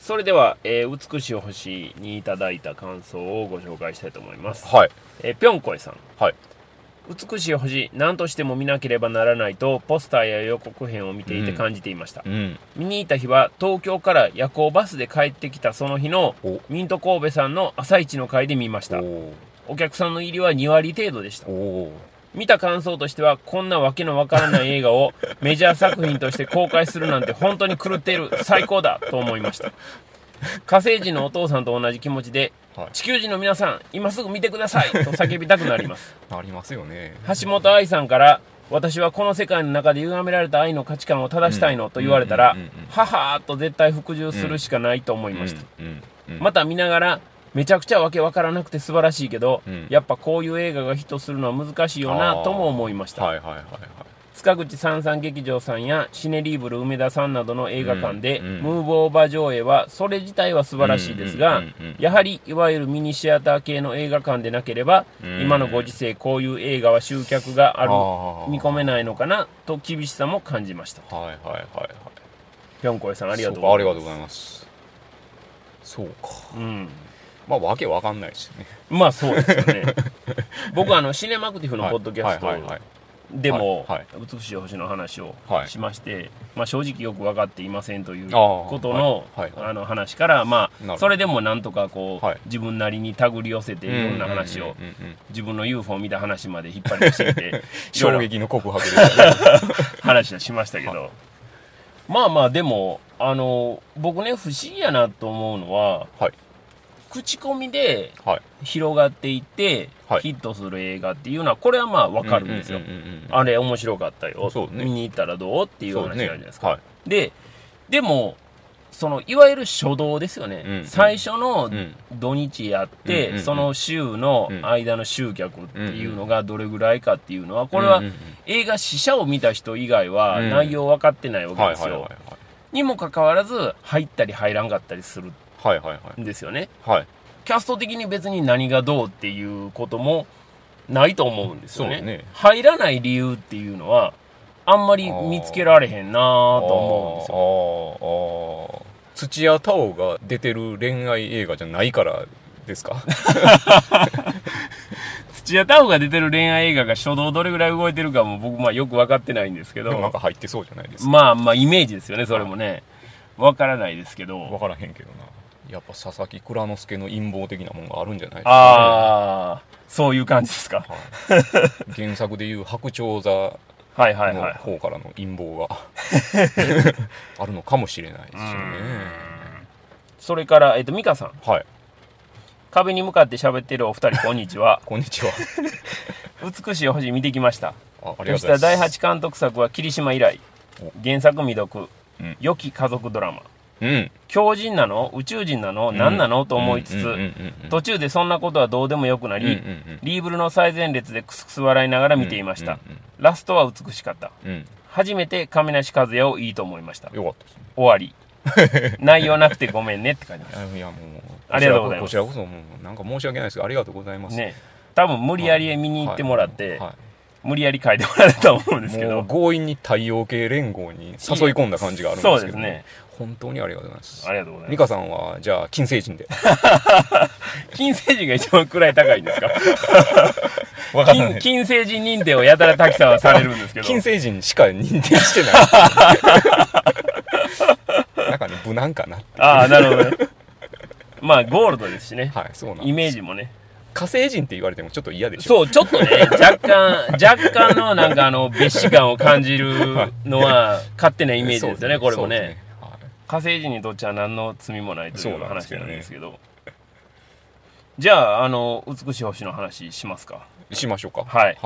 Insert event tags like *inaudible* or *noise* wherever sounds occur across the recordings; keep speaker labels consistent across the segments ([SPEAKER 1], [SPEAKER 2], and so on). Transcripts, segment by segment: [SPEAKER 1] それでは、えー美しい星にいただいた感想をご紹介したいと思います。
[SPEAKER 2] はい
[SPEAKER 1] えーぴょんこいさん。
[SPEAKER 2] はい
[SPEAKER 1] 美しい星、何としても見なければならないと、ポスターや予告編を見ていて感じていました。
[SPEAKER 2] うん
[SPEAKER 1] 見に行った日は、東京から夜行バスで帰ってきたその日の
[SPEAKER 2] お、
[SPEAKER 1] ミント神戸さんの朝一の会で見ました。
[SPEAKER 2] お
[SPEAKER 1] お客さんの入りは2割程度でした
[SPEAKER 2] お。お
[SPEAKER 1] 見た感想としてはこんなわけのわからない映画を *laughs* メジャー作品として公開するなんて本当に狂っている最高だと思いました火星人のお父さんと同じ気持ちで
[SPEAKER 2] はい
[SPEAKER 1] 地球人の皆さん今すぐ見てくださいと叫びたくなり
[SPEAKER 2] *laughs*
[SPEAKER 1] ます
[SPEAKER 2] なりますよね
[SPEAKER 1] 橋本愛さんから私はこの世界の中で歪められた愛の価値観を正したいのと言われたら
[SPEAKER 2] うんうんうんうん
[SPEAKER 1] ははーと絶対服従するしかないと思いました
[SPEAKER 2] うんうん
[SPEAKER 1] また見ながらめちゃくちゃわけわからなくて素晴らしいけど、
[SPEAKER 2] うん
[SPEAKER 1] やっぱこういう映画がヒットするのは難しいよな
[SPEAKER 2] あー
[SPEAKER 1] とも思いました、
[SPEAKER 2] はいはいはいはい
[SPEAKER 1] 塚口三三劇場さんやシネリーブル梅田さんなどの映画館で、
[SPEAKER 2] うんうん
[SPEAKER 1] ムーブオーバー上映はそれ自体は素晴らしいですが、
[SPEAKER 2] うんうんうんうん
[SPEAKER 1] やはりいわゆるミニシアター系の映画館でなければ、
[SPEAKER 2] うん
[SPEAKER 1] 今のご時世こういう映画は集客がある
[SPEAKER 2] あー
[SPEAKER 1] 見込めないのかなと厳しさも感じました
[SPEAKER 2] はいはいはいはい
[SPEAKER 1] ぴょんこいさんありがとう
[SPEAKER 2] そうかあ
[SPEAKER 1] ござ
[SPEAKER 2] り
[SPEAKER 1] いま
[SPEAKER 2] がとう
[SPEAKER 1] す
[SPEAKER 2] ございますそうか
[SPEAKER 1] うん
[SPEAKER 2] まあわけわかんないですよね
[SPEAKER 1] まあそうですよ
[SPEAKER 2] *laughs*
[SPEAKER 1] ね僕あのシネマクティフのポッドキャスト
[SPEAKER 2] はいはいはい
[SPEAKER 1] でも、
[SPEAKER 2] はい
[SPEAKER 1] 美しい星の話を
[SPEAKER 2] はい
[SPEAKER 1] しまして、まあ、正直よく分かっていませんという
[SPEAKER 2] あー
[SPEAKER 1] ことのあ、
[SPEAKER 2] はいはいはい
[SPEAKER 1] の話から、ま
[SPEAKER 2] ほ
[SPEAKER 1] あ、
[SPEAKER 2] ど
[SPEAKER 1] それでもなんとかこう、
[SPEAKER 2] はい
[SPEAKER 1] 自分なりに手繰り寄せていろんな話を、
[SPEAKER 2] うんうんうんうん
[SPEAKER 1] 自分の UFO を見た話まで引っ張り出してき
[SPEAKER 2] *laughs*
[SPEAKER 1] ていろいろ
[SPEAKER 2] 衝撃の告白でした
[SPEAKER 1] *laughs*
[SPEAKER 2] ね
[SPEAKER 1] 話はしましたけど、まあまあでもあの僕ね不思議やなと思うのは
[SPEAKER 2] はい
[SPEAKER 1] 口コミで
[SPEAKER 2] はい
[SPEAKER 1] 広がっていって、
[SPEAKER 2] はい
[SPEAKER 1] ヒットする映画っていうのはこれはまあ分かるんですよ。
[SPEAKER 2] うううんうんうん
[SPEAKER 1] あれ面白かったよ、
[SPEAKER 2] そうね
[SPEAKER 1] 見に行ったらどうっていう話
[SPEAKER 2] そう
[SPEAKER 1] がある
[SPEAKER 2] ね
[SPEAKER 1] じゃないですか、
[SPEAKER 2] はい
[SPEAKER 1] ででもそのいわゆる初動ですよね、
[SPEAKER 2] うん
[SPEAKER 1] 最初の
[SPEAKER 2] うん
[SPEAKER 1] 土日やって、
[SPEAKER 2] うんうん
[SPEAKER 1] その週の
[SPEAKER 2] うん
[SPEAKER 1] 間の集客っていうのがどれぐらいかっていうのはこれは
[SPEAKER 2] うんうんうん
[SPEAKER 1] 映画死者を見た人以外は
[SPEAKER 2] うん
[SPEAKER 1] 内容分かってないわけ
[SPEAKER 2] はい
[SPEAKER 1] です
[SPEAKER 2] はい
[SPEAKER 1] よ、
[SPEAKER 2] はいはい
[SPEAKER 1] にもかかわらず入ったり入らんかったりする
[SPEAKER 2] はいはいはい
[SPEAKER 1] んですよね
[SPEAKER 2] はい
[SPEAKER 1] キャスト的に別に何がどうっていうこともないと思うんですよね
[SPEAKER 2] そうね
[SPEAKER 1] 入らない理由っていうのはあんまり見つけられへんな
[SPEAKER 2] あ
[SPEAKER 1] ぁと思うんですよ
[SPEAKER 2] よあーあー土屋太鳳が出てる恋愛映画じゃないからですか
[SPEAKER 1] 土屋太鳳が出てる恋愛映画が初動どれぐらい動いてるかも僕まあよく分かってないん *laughs* ですけ
[SPEAKER 2] でもなん
[SPEAKER 1] ど
[SPEAKER 2] か入ってそうじゃないですか
[SPEAKER 1] まあまあイメージですよねそれもね分からないですけ
[SPEAKER 2] 分
[SPEAKER 1] ど
[SPEAKER 2] からへんけどなやっぱ佐々木蔵之介の陰謀的なもんがあるんじゃないですか、
[SPEAKER 1] ああそういう感じですか
[SPEAKER 2] 原作でいう白鳥座
[SPEAKER 1] はいはいは
[SPEAKER 2] の
[SPEAKER 1] い
[SPEAKER 2] 方からの陰
[SPEAKER 1] *laughs*
[SPEAKER 2] 謀があるのかもしれないですよね
[SPEAKER 1] それから、えっと、美香さん
[SPEAKER 2] はい
[SPEAKER 1] 壁に向かって喋ってるお二人こんにちは
[SPEAKER 2] こんにちは
[SPEAKER 1] *laughs* 美しい星見てきました
[SPEAKER 2] ああり
[SPEAKER 1] そ
[SPEAKER 2] が
[SPEAKER 1] し
[SPEAKER 2] とう
[SPEAKER 1] た
[SPEAKER 2] ござ
[SPEAKER 1] 第
[SPEAKER 2] います
[SPEAKER 1] 8監督作は霧島以来原作未読、
[SPEAKER 2] うん
[SPEAKER 1] 良き家族ドラマ
[SPEAKER 2] うん
[SPEAKER 1] 強人なの宇宙人なの、何なのと思いつつ、
[SPEAKER 2] うんうんうんうん
[SPEAKER 1] 途中でそんなことはどうでもよくなり、
[SPEAKER 2] うんうんうん
[SPEAKER 1] リーブルの最前列でクスクス笑いながら見ていました、
[SPEAKER 2] うんうん
[SPEAKER 1] ラストは美しかった
[SPEAKER 2] うん
[SPEAKER 1] 初めて亀梨和也をいいと思いました
[SPEAKER 2] よかったですね
[SPEAKER 1] 終わ
[SPEAKER 2] *laughs*
[SPEAKER 1] り内容なくてごめんねって感じま
[SPEAKER 2] いやいやもう
[SPEAKER 1] ありがとうございます
[SPEAKER 2] こちらこそこちらこそもうなんか申し訳ないですがありがとうござい *laughs* ますす
[SPEAKER 1] ね多分無理やり見に行ってもらって、
[SPEAKER 2] はいは
[SPEAKER 1] 無理やり書いてもらったと思うんです
[SPEAKER 2] い
[SPEAKER 1] け
[SPEAKER 2] も
[SPEAKER 1] ど
[SPEAKER 2] う強引に太陽系連合に誘い込んだ感じがあるんですけど、
[SPEAKER 1] そうですね
[SPEAKER 2] 本当にありがとうございます
[SPEAKER 1] ありがとうござい
[SPEAKER 2] 美
[SPEAKER 1] ます
[SPEAKER 2] 香さんはじゃあ金星人で
[SPEAKER 1] 金星人が一番位高いんですか
[SPEAKER 2] わかんない
[SPEAKER 1] 金金星人認定をやたら滝さんはされるんですけど
[SPEAKER 2] 金星人しか認定してない *laughs* なんかね無難かな
[SPEAKER 1] ああなるほどねまあゴールドですしね、
[SPEAKER 2] はいそうなん
[SPEAKER 1] イメージもね
[SPEAKER 2] 火星人って言われてもちょっと嫌でしょ
[SPEAKER 1] そうちょっとね若干若干のなんかあの別視感を感じるのは勝手なイメージですよねこれもね
[SPEAKER 2] そうです
[SPEAKER 1] 火星人にとっちゃ何の罪もないというような
[SPEAKER 2] そうなんです
[SPEAKER 1] 話な
[SPEAKER 2] けど
[SPEAKER 1] ん
[SPEAKER 2] ね
[SPEAKER 1] ですけどじゃああの美しい星の話しますか
[SPEAKER 2] はいしましょうか
[SPEAKER 1] はい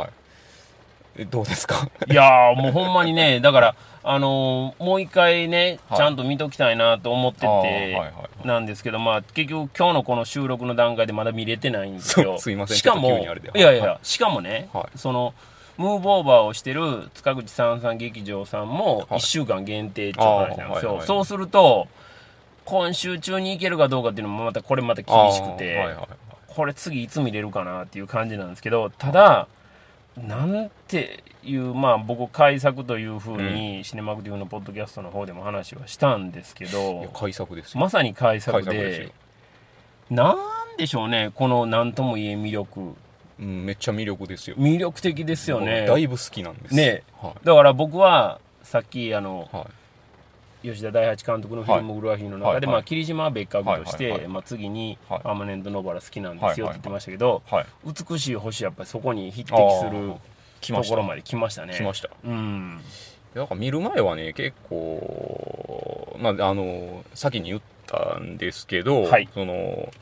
[SPEAKER 2] えどうです
[SPEAKER 1] *laughs*
[SPEAKER 2] か
[SPEAKER 1] いやーもうほんまにねだからあのーもう一回ね、
[SPEAKER 2] はい
[SPEAKER 1] ちゃんと見ときたいなと思ってて、
[SPEAKER 2] あーはいはいは
[SPEAKER 1] なんですけどまあ結局今日のこの収録の段階でまだ見れてないんですよ
[SPEAKER 2] そうすいません
[SPEAKER 1] しか
[SPEAKER 2] ちょっ
[SPEAKER 1] も
[SPEAKER 2] と急にあれではい
[SPEAKER 1] いやいや、しかもね、
[SPEAKER 2] はい
[SPEAKER 1] そのムーブオーバーをしてる塚口さんさん劇場さんも
[SPEAKER 2] はい
[SPEAKER 1] 1週間限定っていう話なんですよ、
[SPEAKER 2] あーはいはい
[SPEAKER 1] そうすると今週中に行けるかどうかっていうのもまたこれまた厳しくて、
[SPEAKER 2] あーはいはい
[SPEAKER 1] これ次いつ見れるかなっていう感じなんですけどただなんていう、まあ僕、改作というふうに、シネマクティブのポッドキャストの方でも話はしたんですけ
[SPEAKER 2] いや
[SPEAKER 1] ど、
[SPEAKER 2] 改作ですよ、
[SPEAKER 1] まさに改作
[SPEAKER 2] 改作ですよ
[SPEAKER 1] で、なんでしょうね、この何とも言えん魅力。
[SPEAKER 2] うん、めっちゃ魅力ですよ
[SPEAKER 1] 魅力的ですよね。
[SPEAKER 2] 僕だいぶ好きなんです
[SPEAKER 1] ね
[SPEAKER 2] は
[SPEAKER 1] だから僕は、さっき、あの、
[SPEAKER 2] い、はい、
[SPEAKER 1] 吉田大八監督のフィルモグラフィーの中
[SPEAKER 2] はい
[SPEAKER 1] で、
[SPEAKER 2] はい
[SPEAKER 1] まあ、霧島は別格とし
[SPEAKER 2] はいはいは
[SPEAKER 1] て、
[SPEAKER 2] い
[SPEAKER 1] まあ、次に、
[SPEAKER 2] はい
[SPEAKER 1] アーマネント・ノーバラ好きなんですよって言ってましたけど、
[SPEAKER 2] はい、
[SPEAKER 1] 美しい星やっぱりそこに匹
[SPEAKER 2] あ
[SPEAKER 1] 敵する
[SPEAKER 2] ー来ま
[SPEAKER 1] と
[SPEAKER 2] し
[SPEAKER 1] こ
[SPEAKER 2] た
[SPEAKER 1] ろまで来ましたね。
[SPEAKER 2] 来ました
[SPEAKER 1] うん。
[SPEAKER 2] なんか見る前はね結構まああの先に言ったんですけど、
[SPEAKER 1] はい
[SPEAKER 2] その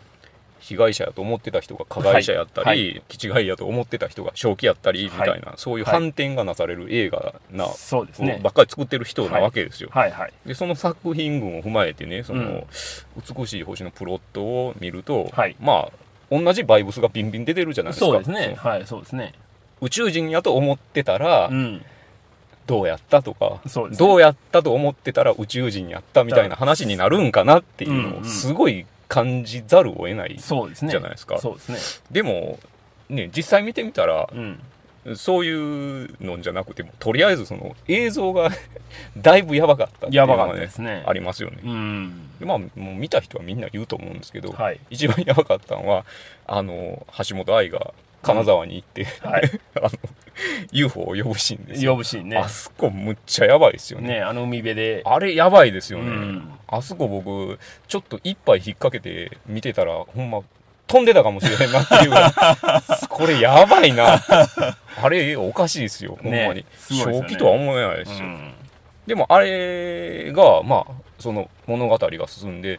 [SPEAKER 2] 被害者やと思ってた人が加害者やったり、
[SPEAKER 1] は
[SPEAKER 2] 気違いやと思ってた人が正気やったりみたいな、そういう反転がなされる映画な、
[SPEAKER 1] そうですね
[SPEAKER 2] ば。っかり作ってる人なわけですよ、
[SPEAKER 1] はいはい。
[SPEAKER 2] でその作品群を踏まえてねその、
[SPEAKER 1] うん
[SPEAKER 2] 美しい星のプロットを見ると、
[SPEAKER 1] はい
[SPEAKER 2] まあ同じバイブスがビンビン出てるじゃないですか
[SPEAKER 1] そうですね。
[SPEAKER 2] その
[SPEAKER 1] はい、そうですね。
[SPEAKER 2] 宇宙人やと思ってたら、
[SPEAKER 1] うん。
[SPEAKER 2] どうやったとか、
[SPEAKER 1] そうですね
[SPEAKER 2] どうやったと思ってたら宇宙人やったみたいな話になるんかなっていうの
[SPEAKER 1] うんう
[SPEAKER 2] を
[SPEAKER 1] ん
[SPEAKER 2] すごい感じざるを得ない、
[SPEAKER 1] そうですね。
[SPEAKER 2] じゃないですか
[SPEAKER 1] そうですね。
[SPEAKER 2] でもね実際見てみたら
[SPEAKER 1] うん。
[SPEAKER 2] そういうのんじゃなくてもとりあえずその映像が *laughs* だいぶやばかったっていう
[SPEAKER 1] やばか
[SPEAKER 2] の
[SPEAKER 1] っ
[SPEAKER 2] が
[SPEAKER 1] た
[SPEAKER 2] ね
[SPEAKER 1] ですね。
[SPEAKER 2] ありますよね
[SPEAKER 1] うん。
[SPEAKER 2] でまあもう見た人はみんな言うと思うんですけど、
[SPEAKER 1] はい。
[SPEAKER 2] 一番やばかったのはあの橋本愛が金沢に行って、
[SPEAKER 1] はい。
[SPEAKER 2] *laughs* あの UFO を呼ぶシーンですよ
[SPEAKER 1] 呼ぶシーンね
[SPEAKER 2] あ。そこむっちゃやばいですよ
[SPEAKER 1] ね、あの海辺で。
[SPEAKER 2] あれやばいですよね。
[SPEAKER 1] うん
[SPEAKER 2] あそこ僕、ちょっと一杯引っ掛けて見てたら、ほんま、飛んでたかもしれないなっていうぐらい
[SPEAKER 1] *laughs*
[SPEAKER 2] これやばいな。あれ、おかしいですよ、ほんまに。
[SPEAKER 1] ねすごいですよ
[SPEAKER 2] 正
[SPEAKER 1] ね
[SPEAKER 2] 気とは思えないで
[SPEAKER 1] う
[SPEAKER 2] すよ。
[SPEAKER 1] ん。
[SPEAKER 2] でも、あれが、まあ、その物語が進んで、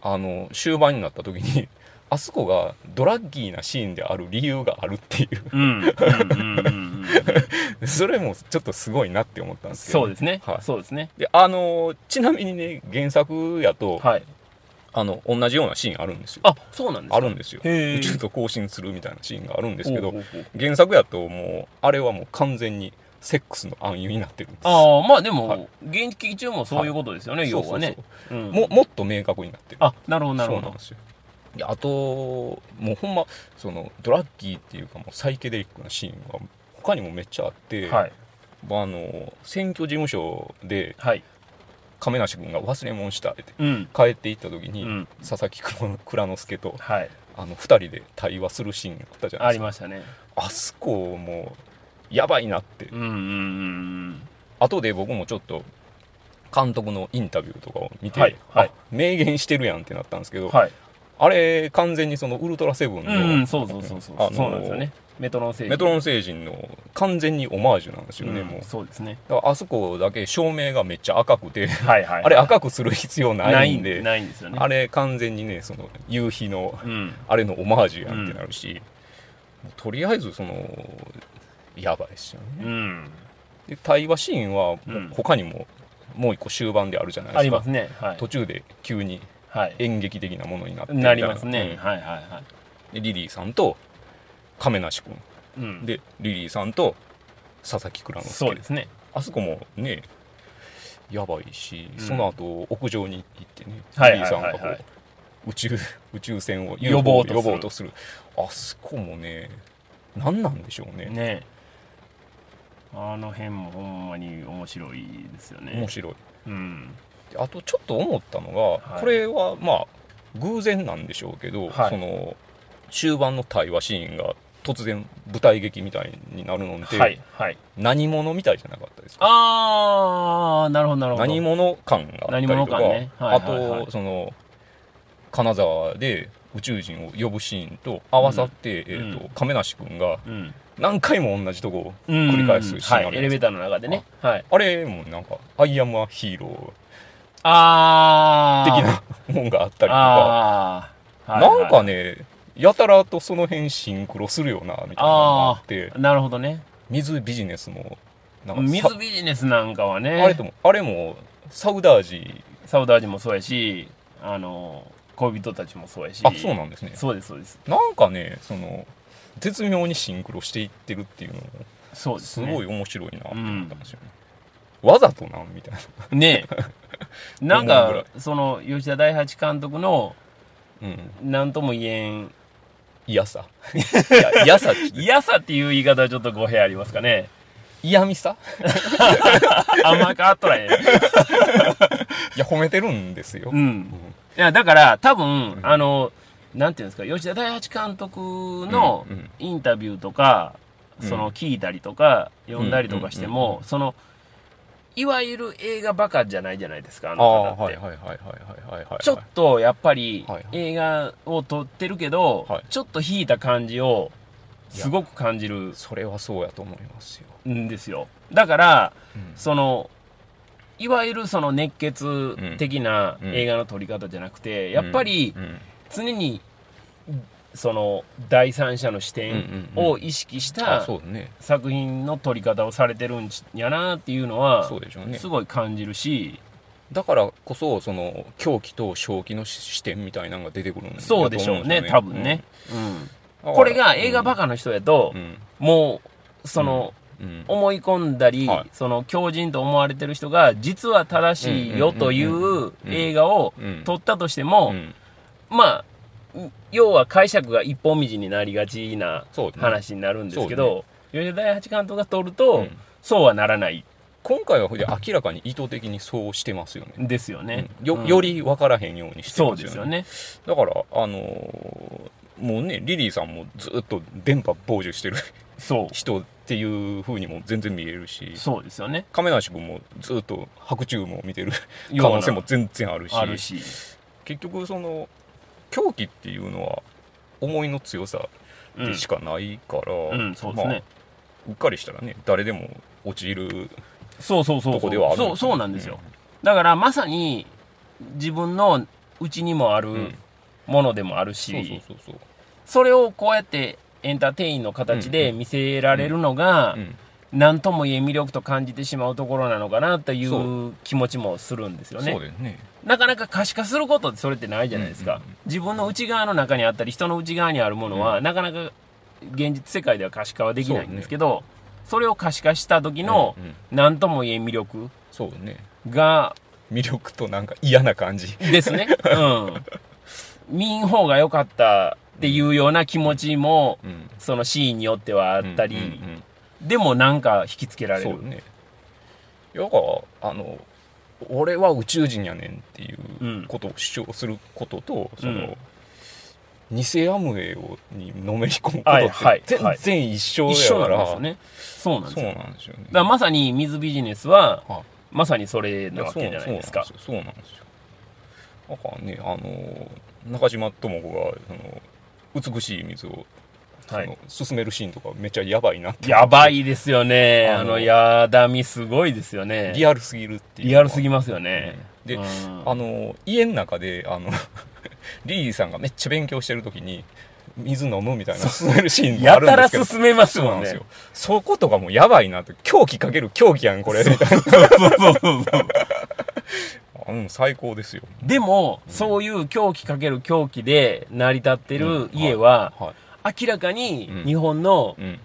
[SPEAKER 2] あの、終盤になった時に、 *laughs* あそこがドラッギーなシーンである理由があるってい
[SPEAKER 1] うん。うんうんうん
[SPEAKER 2] *laughs*
[SPEAKER 1] うん。
[SPEAKER 2] う、 *laughs* それもちょっとすごいなって思ったんですけど。
[SPEAKER 1] そうですね
[SPEAKER 2] は。い
[SPEAKER 1] そうですね。
[SPEAKER 2] であのちなみにね原作やと、
[SPEAKER 1] はい。
[SPEAKER 2] あの同じようなシーンあるんですよ
[SPEAKER 1] あ、そうなんですか
[SPEAKER 2] あるんですよ
[SPEAKER 1] へー
[SPEAKER 2] 宇宙と交信するみたいなシーンがあるんですけ
[SPEAKER 1] おうおう
[SPEAKER 2] ど
[SPEAKER 1] おう
[SPEAKER 2] 原作やともうあれはもう完全にセックスの暗喩になってるんです
[SPEAKER 1] ああ、まあでも、
[SPEAKER 2] はい
[SPEAKER 1] 現役中もそういうことですよね、
[SPEAKER 2] い
[SPEAKER 1] 要はね。
[SPEAKER 2] そう
[SPEAKER 1] うん
[SPEAKER 2] ももっと明確になってる
[SPEAKER 1] あ、なるほど、なるほ
[SPEAKER 2] そうなん
[SPEAKER 1] ど
[SPEAKER 2] で。すよであともうほんまそのドラッキーっていうかもうサイケデリックなシーンが他にもめっちゃあって、
[SPEAKER 1] はい。
[SPEAKER 2] まあ、あの選挙事務所で
[SPEAKER 1] はい。
[SPEAKER 2] 亀梨君が忘れ物したって
[SPEAKER 1] うん。
[SPEAKER 2] 帰っていった時に、
[SPEAKER 1] うん。
[SPEAKER 2] 佐々木蔵蔵之介と
[SPEAKER 1] はい。
[SPEAKER 2] あの2人で対話するシーンがあったじゃな
[SPEAKER 1] あ
[SPEAKER 2] い
[SPEAKER 1] り
[SPEAKER 2] ですか
[SPEAKER 1] ましたね。
[SPEAKER 2] あそこもうやばいなって、
[SPEAKER 1] うんうんうん
[SPEAKER 2] 後で僕もちょっと監督のインタビューとかを見て、
[SPEAKER 1] はいはい
[SPEAKER 2] あ明言してるやんってなったんですけ
[SPEAKER 1] うん。
[SPEAKER 2] ど、
[SPEAKER 1] はい。
[SPEAKER 2] あれ完全にそのウルトラセブン
[SPEAKER 1] う
[SPEAKER 2] の、
[SPEAKER 1] ん、うん、そうそうそうそう。
[SPEAKER 2] あのー
[SPEAKER 1] そうなんですよね。メトロン星人。
[SPEAKER 2] メトロン星人の完全にオマージュなんですよね、
[SPEAKER 1] うん
[SPEAKER 2] もう
[SPEAKER 1] そうですね。
[SPEAKER 2] だからあそこだけ照明がめっちゃ赤くて、 *laughs*
[SPEAKER 1] はいはい。
[SPEAKER 2] あれ赤くする必要ないんで
[SPEAKER 1] ないんですよね。
[SPEAKER 2] あれ完全にねその夕日の
[SPEAKER 1] うん。
[SPEAKER 2] あれのオマージュやんってなるし、もうとりあえずそのやばいですよね
[SPEAKER 1] うん。
[SPEAKER 2] で対話シーンはも
[SPEAKER 1] うん
[SPEAKER 2] う他にも、もう一個終盤であるじゃない
[SPEAKER 1] あ
[SPEAKER 2] で
[SPEAKER 1] り
[SPEAKER 2] すか
[SPEAKER 1] ますね。はい
[SPEAKER 2] 途。中で急に
[SPEAKER 1] はい。
[SPEAKER 2] 演劇的なものになってみた
[SPEAKER 1] ないりますね。
[SPEAKER 2] うん
[SPEAKER 1] はいはいは
[SPEAKER 2] でリリーさんと亀梨君
[SPEAKER 1] い。うん。
[SPEAKER 2] でリリーさんと佐々木蔵之
[SPEAKER 1] そう
[SPEAKER 2] 介
[SPEAKER 1] ですね。
[SPEAKER 2] あそこもねやばいし、
[SPEAKER 1] うん
[SPEAKER 2] その後屋上に行ってね
[SPEAKER 1] はい
[SPEAKER 2] リリーさんがこう、
[SPEAKER 1] はいはいはい
[SPEAKER 2] 宇宙 *laughs* 宇宙船を
[SPEAKER 1] 呼ぼうとする
[SPEAKER 2] 呼ぼうとするあそこもね何なんでしょうね
[SPEAKER 1] ねあの辺もほんまに面白いですよね。
[SPEAKER 2] 面白い
[SPEAKER 1] うん。
[SPEAKER 2] であとちょっと思ったのが、
[SPEAKER 1] はい
[SPEAKER 2] これはまあ偶然なんでしょうけど、
[SPEAKER 1] はい
[SPEAKER 2] その終盤の対話シーンが突然舞台劇みたいになるので、
[SPEAKER 1] はいはい。
[SPEAKER 2] 何者みたいじゃなかったですか
[SPEAKER 1] あー、なるほど、なるほど。
[SPEAKER 2] 何者感があった
[SPEAKER 1] 何
[SPEAKER 2] りと
[SPEAKER 1] 者
[SPEAKER 2] か、
[SPEAKER 1] 感ねはいはいはい
[SPEAKER 2] あとその金沢で宇宙人を呼ぶシーンと合わさって、えーと
[SPEAKER 1] う
[SPEAKER 2] 亀梨君が
[SPEAKER 1] うん。
[SPEAKER 2] 何回も同じとこを
[SPEAKER 1] 繰
[SPEAKER 2] り返すシーンある
[SPEAKER 1] はい、
[SPEAKER 2] や
[SPEAKER 1] エ
[SPEAKER 2] つ
[SPEAKER 1] レベーターの中でね。はい。
[SPEAKER 2] あれもなんか「アイアム・ア・ヒーロ
[SPEAKER 1] あ
[SPEAKER 2] ー」
[SPEAKER 1] ー。
[SPEAKER 2] 的なもんがあったりとか。
[SPEAKER 1] あー。はい
[SPEAKER 2] なんか
[SPEAKER 1] ね。
[SPEAKER 2] ね、やたらとその辺シンクロするよな、みたいなのがあって、
[SPEAKER 1] なるほどね。
[SPEAKER 2] 水ビジネスも、なんかさ
[SPEAKER 1] 水ビジネスなんかはね、
[SPEAKER 2] あれとも、あれも、サウダージ
[SPEAKER 1] サウダージもそうやし、あの、恋人たちもそうやし。
[SPEAKER 2] あ、そうなんですね。
[SPEAKER 1] そうです、そうです。
[SPEAKER 2] なんかね、その、絶妙にシンクロしていってるっていうのも、
[SPEAKER 1] そうですすね。
[SPEAKER 2] ごい面白いなって思ったんですよね。わざとなんみたい
[SPEAKER 1] ね
[SPEAKER 2] *laughs*
[SPEAKER 1] え。なん
[SPEAKER 2] 思うぐら
[SPEAKER 1] か、その、吉田大八監督の、
[SPEAKER 2] な。うん。
[SPEAKER 1] なんとも言えん
[SPEAKER 2] 嫌さいや嫌さ
[SPEAKER 1] 嫌さっていう言い方はちょっと語弊ありますか
[SPEAKER 2] *laughs*
[SPEAKER 1] ね。
[SPEAKER 2] 嫌味さ
[SPEAKER 1] 甘かったら
[SPEAKER 2] *laughs*
[SPEAKER 1] ええ。
[SPEAKER 2] いや褒めてるんですよ、
[SPEAKER 1] うん。いや、だから、多分、あの、なんていうんですか、吉田大八監督の
[SPEAKER 2] うんうん
[SPEAKER 1] インタビューとか、
[SPEAKER 2] うん
[SPEAKER 1] その、聞いたりとか、読んだりとかして
[SPEAKER 2] うんうん
[SPEAKER 1] も、その、いわゆる映画バカじゃないじゃないですか、あ
[SPEAKER 2] ああ
[SPEAKER 1] の方っ
[SPEAKER 2] は
[SPEAKER 1] て
[SPEAKER 2] い。はいはいはいはいはいはい
[SPEAKER 1] ちょっとやっぱり
[SPEAKER 2] はいはい
[SPEAKER 1] 映画を撮ってるけど、
[SPEAKER 2] はい
[SPEAKER 1] ちょっと引いた感じをすごく感じる
[SPEAKER 2] それはそうやと思いますよ、
[SPEAKER 1] んですよ。だから、
[SPEAKER 2] うん
[SPEAKER 1] その、いわゆるその熱血的な
[SPEAKER 2] うん
[SPEAKER 1] 映画の撮り方じゃなくて、やっぱり
[SPEAKER 2] うん
[SPEAKER 1] 常に、その第三者の視点
[SPEAKER 2] うんうんうん
[SPEAKER 1] を意識し
[SPEAKER 2] あ
[SPEAKER 1] た
[SPEAKER 2] そうだね
[SPEAKER 1] 作品の撮り方をされてるんやなっていうのは
[SPEAKER 2] そうでしょうね
[SPEAKER 1] すごい感じるし、
[SPEAKER 2] だからこそその狂気と正気の視点みたいなのが出てくるんだと
[SPEAKER 1] そ
[SPEAKER 2] 思
[SPEAKER 1] うんで
[SPEAKER 2] です
[SPEAKER 1] し
[SPEAKER 2] よ
[SPEAKER 1] ょうね、多分ね、うんこれが映画バ、カの人やと
[SPEAKER 2] う、ん
[SPEAKER 1] もうその、
[SPEAKER 2] うんうん
[SPEAKER 1] 思い込んだり、
[SPEAKER 2] はい
[SPEAKER 1] その強人と思われてる人が実は正しいよとい
[SPEAKER 2] うんうんうんう
[SPEAKER 1] うん映画を
[SPEAKER 2] うん
[SPEAKER 1] 撮ったとしても、
[SPEAKER 2] うん
[SPEAKER 1] まあう要は解釈が一本道になりがちな
[SPEAKER 2] そうだね
[SPEAKER 1] 話になるんですけど、吉田大八監督が撮ると、
[SPEAKER 2] うん
[SPEAKER 1] そうはならない
[SPEAKER 2] 今回はほいで明らかに意図的にそうしてますよね
[SPEAKER 1] んですよね。
[SPEAKER 2] うんよ
[SPEAKER 1] うん
[SPEAKER 2] より分からへんようにして
[SPEAKER 1] そう
[SPEAKER 2] ますよね
[SPEAKER 1] ですよね。
[SPEAKER 2] だからあのーもうねリリーさんもずっと電波傍受してる
[SPEAKER 1] そう。
[SPEAKER 2] 人っていう風にも全然見えるし
[SPEAKER 1] そうですよね。
[SPEAKER 2] 亀梨君もずっと白昼夢を見てる可
[SPEAKER 1] ような
[SPEAKER 2] 能性も全然あるし
[SPEAKER 1] あるし。
[SPEAKER 2] 結局その狂気っていうのは思いの強さ
[SPEAKER 1] う
[SPEAKER 2] で
[SPEAKER 1] ん
[SPEAKER 2] しかないから、
[SPEAKER 1] うん、そうです
[SPEAKER 2] ま
[SPEAKER 1] ね。
[SPEAKER 2] あうっかりしたらね誰でも陥る
[SPEAKER 1] そうそうそうそう
[SPEAKER 2] とこではある
[SPEAKER 1] そうそうなんですよ、だからまさに自分のうちにもあ
[SPEAKER 2] うん
[SPEAKER 1] るものでもあるし、
[SPEAKER 2] そうそうそうそう
[SPEAKER 1] それをこうやってエンターテインの形で見せられるのが
[SPEAKER 2] うん
[SPEAKER 1] 何とも言えん魅力と感じてしまうところなのかなとい
[SPEAKER 2] そう
[SPEAKER 1] 気持ちもするんですよ
[SPEAKER 2] そう
[SPEAKER 1] ね
[SPEAKER 2] だよね
[SPEAKER 1] なかなか可視化することってそれってないじゃないですか、
[SPEAKER 2] うんうんうん
[SPEAKER 1] 自分の内側の中にあったり人の内側にあるものは、
[SPEAKER 2] う
[SPEAKER 1] なかなか現実世界では可視化はできないんですけどそれを可視化した時の
[SPEAKER 2] うんうん
[SPEAKER 1] 何とも言えん魅力
[SPEAKER 2] そうだね
[SPEAKER 1] が
[SPEAKER 2] 魅力となんか嫌な感じ
[SPEAKER 1] ですね。うん。見ん方が良かったっていうような気持ちも、
[SPEAKER 2] うん
[SPEAKER 1] そのシーンによってはあ
[SPEAKER 2] あ
[SPEAKER 1] ったり、
[SPEAKER 2] うんうん
[SPEAKER 1] でもなんか引きつけられ
[SPEAKER 2] そう
[SPEAKER 1] る。
[SPEAKER 2] ねいやだからあの俺は宇宙人やねんっていうんうことを主張することと、そ
[SPEAKER 1] うん
[SPEAKER 2] の偽アムウェイをにのめり込むこ
[SPEAKER 1] はい
[SPEAKER 2] と
[SPEAKER 1] は
[SPEAKER 2] っ
[SPEAKER 1] い
[SPEAKER 2] て全
[SPEAKER 1] はい
[SPEAKER 2] 然一緒
[SPEAKER 1] 一緒
[SPEAKER 2] や
[SPEAKER 1] なん
[SPEAKER 2] から、
[SPEAKER 1] ですよね。そうなんです
[SPEAKER 2] そう
[SPEAKER 1] よ。
[SPEAKER 2] な
[SPEAKER 1] だか
[SPEAKER 2] んですよね
[SPEAKER 1] らまさに水ビジネスは、
[SPEAKER 2] は
[SPEAKER 1] まさにそれ
[SPEAKER 2] い
[SPEAKER 1] なわけじゃないですか。
[SPEAKER 2] そうなんですよそうなんですよだからねあの中島智子がその美しい水をその、
[SPEAKER 1] はい。
[SPEAKER 2] 進めるシーンとかめっちゃやばいなって
[SPEAKER 1] やばいですよね。あ
[SPEAKER 2] あの
[SPEAKER 1] の、やだみすごいですよね。
[SPEAKER 2] リアルすぎるっていう
[SPEAKER 1] リアルすぎ
[SPEAKER 2] ま
[SPEAKER 1] ますよね。
[SPEAKER 2] で、
[SPEAKER 1] うん
[SPEAKER 2] あの家の中であの *laughs* リリーさんがめっちゃ勉強してる時に水飲むみたいな進めるシーンが
[SPEAKER 1] や
[SPEAKER 2] ある
[SPEAKER 1] た
[SPEAKER 2] んで
[SPEAKER 1] ら
[SPEAKER 2] すけど
[SPEAKER 1] 進めます
[SPEAKER 2] そう
[SPEAKER 1] も
[SPEAKER 2] なん
[SPEAKER 1] ん
[SPEAKER 2] です
[SPEAKER 1] ね
[SPEAKER 2] よ。そことかもうやばいなって狂気かける狂気やんこれみたい
[SPEAKER 1] そうそうそうそう。
[SPEAKER 2] なうん最高ですよ
[SPEAKER 1] でも、そういう狂気かける狂気で成り立ってる家は、
[SPEAKER 2] は
[SPEAKER 1] 明らかに
[SPEAKER 2] うん
[SPEAKER 1] 日本の、
[SPEAKER 2] い、うん、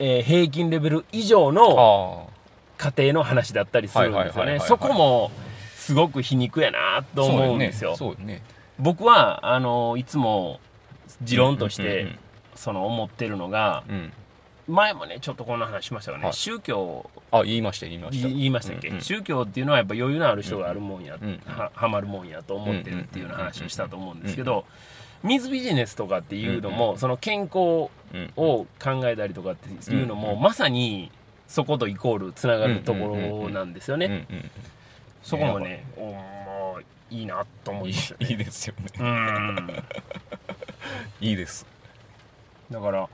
[SPEAKER 1] えー平均レベル以上の
[SPEAKER 2] あ
[SPEAKER 1] 家庭の話だったりするんですよ
[SPEAKER 2] はいはいはいはい
[SPEAKER 1] ね。
[SPEAKER 2] はい
[SPEAKER 1] そこも、すごく皮肉やなと
[SPEAKER 2] あ
[SPEAKER 1] 思うんですよ。
[SPEAKER 2] そうだね
[SPEAKER 1] 僕は、あの、いつも、持論とし
[SPEAKER 2] うんうん
[SPEAKER 1] て、その、思ってるのが、
[SPEAKER 2] うんうん
[SPEAKER 1] 前もね、ちょっとこんな話しましたよね。
[SPEAKER 2] はい
[SPEAKER 1] 宗教、
[SPEAKER 2] あ言いました言いま
[SPEAKER 1] い
[SPEAKER 2] した
[SPEAKER 1] 言いましたっけ、
[SPEAKER 2] うんうん
[SPEAKER 1] 宗教っていうのはやっぱ余裕のある人があるもんや、
[SPEAKER 2] うん
[SPEAKER 1] ははまるもんやと思ってるっていうような話をしたと思うんですけど、水ビジネスとかっていうのも、
[SPEAKER 2] うん
[SPEAKER 1] その健康を
[SPEAKER 2] うん
[SPEAKER 1] 考えたりとかっていうのも、
[SPEAKER 2] うんうん
[SPEAKER 1] まさにそことイコールつながるところなんですよね、
[SPEAKER 2] うんうん
[SPEAKER 1] そこもね、おまあいいなと思うんですよ
[SPEAKER 2] いい
[SPEAKER 1] ね
[SPEAKER 2] ですよね
[SPEAKER 1] うん
[SPEAKER 2] いいです
[SPEAKER 1] だから